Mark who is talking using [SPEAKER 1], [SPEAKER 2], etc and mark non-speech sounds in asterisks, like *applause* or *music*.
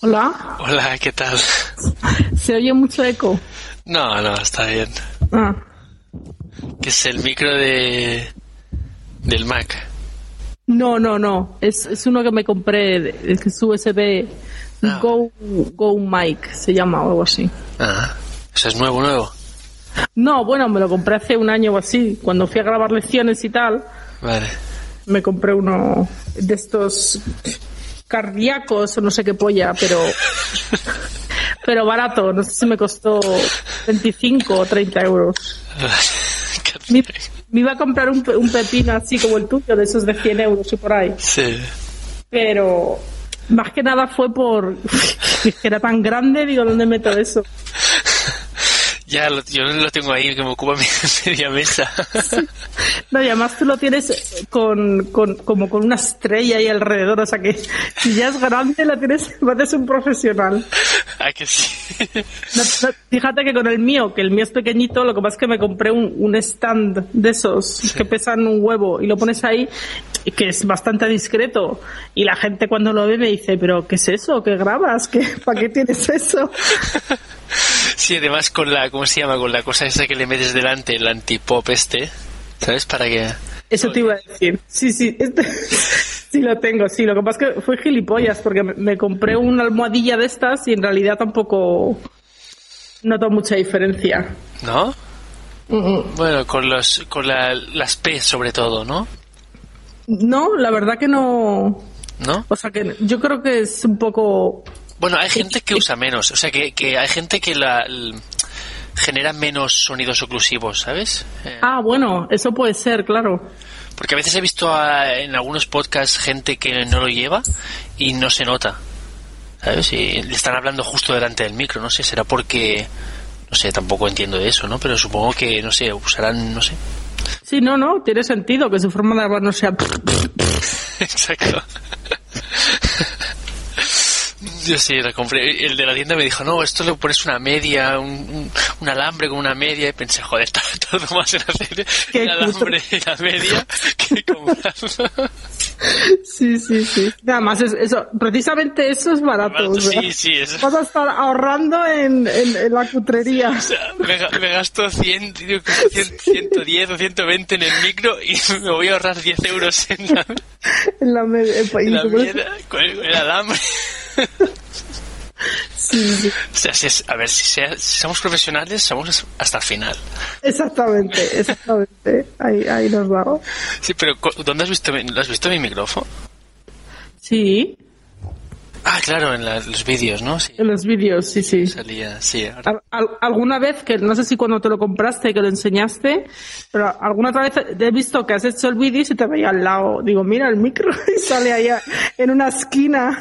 [SPEAKER 1] Hola.
[SPEAKER 2] Hola, ¿qué tal?
[SPEAKER 1] Se oye mucho eco.
[SPEAKER 2] No, no, está bien.
[SPEAKER 1] Ah,
[SPEAKER 2] Que es el micro de del Mac.
[SPEAKER 1] No, no, no. Es, es uno que me compré, de- es que es USB
[SPEAKER 2] Ah.
[SPEAKER 1] Go, Go Mic, se llama o algo así.
[SPEAKER 2] Ah, eso es nuevo, nuevo.
[SPEAKER 1] No, bueno, me lo compré hace un año o así. Cuando fui a grabar lecciones y tal,
[SPEAKER 2] Vale. *laughs*
[SPEAKER 1] me compré uno de estos cardíacos o no sé qué polla, pero pero barato. No sé si me costó 25 o 30 euros. Me, me iba a comprar un, pe- un pepino así como el tuyo, de esos de 100 euros y por ahí.
[SPEAKER 2] Sí.
[SPEAKER 1] pero más que nada fue por *laughs* es que era tan grande digo dónde meto eso
[SPEAKER 2] Ya, lo- yo lo tengo ahí que me ocupa mi- *laughs* media mesa.
[SPEAKER 1] no y además tú lo tienes con, con como con una estrella ahí alrededor o sea que si ya es grande la tienes *laughs* pareces un profesional
[SPEAKER 2] ¿A que sí?
[SPEAKER 1] No, no, fíjate que con el mío que el mío es pequeñito lo que pasa es que me compré un, un stand de esos que pesan un huevo y lo pones ahí y que es bastante discreto y la gente cuando lo ve me dice pero qué es eso qué grabas ¿Qué, para qué tienes eso
[SPEAKER 2] Sí, además con la, ¿cómo se llama? Con la cosa esa que le metes delante, el antipop este. ¿Sabes? Para que...
[SPEAKER 1] Eso te iba a decir. Sí, sí. este- *laughs* sí, lo tengo. Sí, lo que pasa es que fue gilipollas porque me, me compré una almohadilla de estas y en realidad tampoco noto mucha diferencia.
[SPEAKER 2] ¿No?
[SPEAKER 1] Mm, mm.
[SPEAKER 2] Bueno, con los con la- las P sobre todo, ¿no?
[SPEAKER 1] No, la verdad que no.
[SPEAKER 2] ¿No?
[SPEAKER 1] O sea que yo creo que es un poco.
[SPEAKER 2] Bueno, hay gente que usa menos, o sea, que, que hay gente que la l- genera menos sonidos oclusivos, ¿sabes? Eh,
[SPEAKER 1] Ah, bueno, eso puede ser, claro.
[SPEAKER 2] Porque a veces he visto a- en algunos podcasts gente que no lo lleva y no se nota, ¿sabes? Y le están hablando justo delante del micro, no sé, será porque, no sé, tampoco entiendo de eso, ¿no? Pero supongo que, no sé, usarán, no sé.
[SPEAKER 1] Sí, no, no, tiene sentido que su forma de hablar no sea. *laughs*
[SPEAKER 2] *laughs* Exacto. Yo sí, la compré. El de la tienda me dijo, no, esto le pones una media, un, un- un alambre con una media. Y pensé, joder, *laughs* está todo más en hacer
[SPEAKER 1] Qué
[SPEAKER 2] el alambre y la media que comprarlo.
[SPEAKER 1] Sí, sí, sí. Nada más, es- eso, precisamente eso es barato. o sea,
[SPEAKER 2] Sí, sí, es-
[SPEAKER 1] Vas a estar ahorrando en, en- en la cutrería.
[SPEAKER 2] o sea, me, ga- me gasto 100, digo, 100, 110 o 120 en el micro y me voy a ahorrar 10 euros en la,
[SPEAKER 1] En la, me- eh, pa- y
[SPEAKER 2] en la
[SPEAKER 1] tú pones-
[SPEAKER 2] mierda con el- con el alambre. *laughs*
[SPEAKER 1] Sí, sí,
[SPEAKER 2] O sea, si es- a ver, si, sea- si somos profesionales, somos hasta el final.
[SPEAKER 1] exactamente, exactamente. Ahí, ahí nos vamos.
[SPEAKER 2] Sí, pero co- ¿dónde has visto mi, ¿lo has visto mi micrófono?
[SPEAKER 1] Sí,
[SPEAKER 2] Ah, claro, en la- los vídeos, ¿no? Sí,
[SPEAKER 1] en los vídeos, sí, sí.
[SPEAKER 2] salía, sí. ahora-
[SPEAKER 1] Al- al- alguna vez que no sé si cuando te lo compraste que lo enseñaste pero alguna otra vez te he visto que has hecho el vídeo y *laughs* se te veía al lado digo mira el micro y sale allá en una esquina